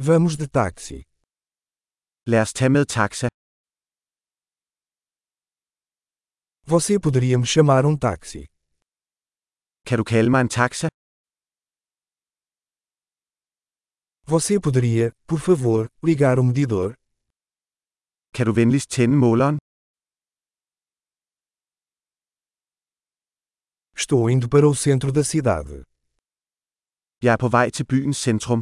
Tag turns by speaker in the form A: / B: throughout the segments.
A: Vamos de táxi.
B: Lad os tage med taxa.
A: Você poderia me chamar um táxi?
B: Kan du kalde mig en taxa?
A: Você poderia, por favor, ligar o medidor?
B: Kan du venligst tænde måleren?
A: Estou indo para o centro da cidade.
B: Jeg er på vej til byens centrum.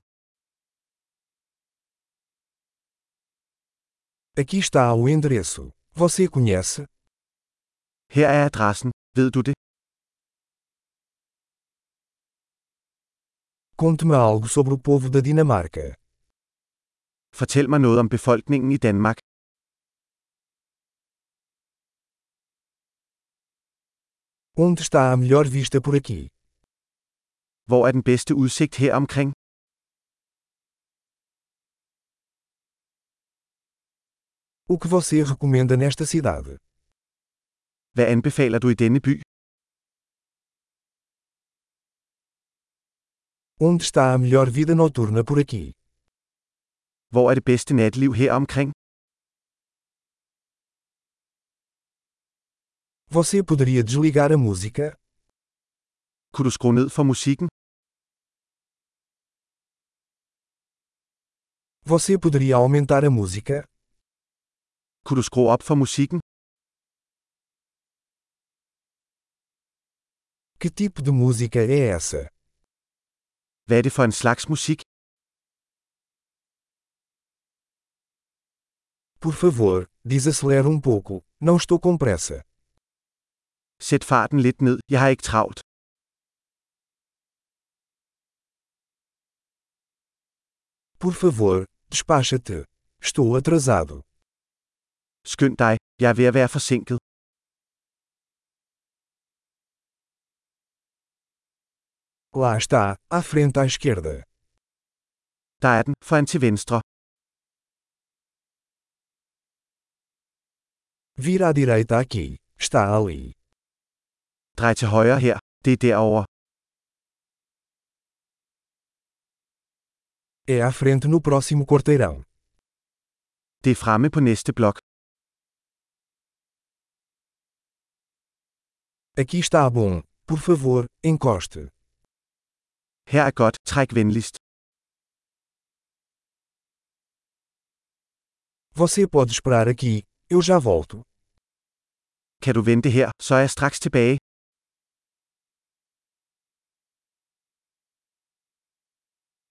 A: Aqui está o endereço. Você conhece?
B: Her er adressen. Ved du det?
A: Conte-me algo sobre o povo da Dinamarca.
B: Fortæl mig noget om befolkningen i Danmark.
A: Onde está a melhor vista por aqui?
B: Hvor er den bedste udsigt her omkring?
A: O que você recomenda nesta cidade?
B: Hvad anbefaler du i denne by?
A: Onde está a melhor vida noturna por aqui?
B: Hvor er det bedste natliv her omkring?
A: Você poderia desligar a música?
B: Kunne du skrue ned for musikken?
A: Você poderia aumentar a música?
B: Kunne du skrue op for musikken?
A: Que tipo de música é essa?
B: Hvad er det for en slags musik?
A: Por favor, desacelera um pouco. Não estou com pressa.
B: Sæt farten lidt ned, jeg har ikke travlt.
A: Por favor, despacha-te. Estou atrasado.
B: Skynd dig, jeg er ved at være forsinket.
A: Lá está, à frente à esquerda.
B: Der er den, foran til venstre.
A: Vira à direita aqui. Está ali.
B: Drej til højre her, det er derovre.
A: É à frente no próximo quarteirão.
B: Det er fremme på næste blok.
A: Aqui está bom. Por favor, encoste.
B: Her er godt, træk venligst.
A: Você pode esperar aqui. Eu já volto.
B: Kan du vente her, så er jeg straks tilbage.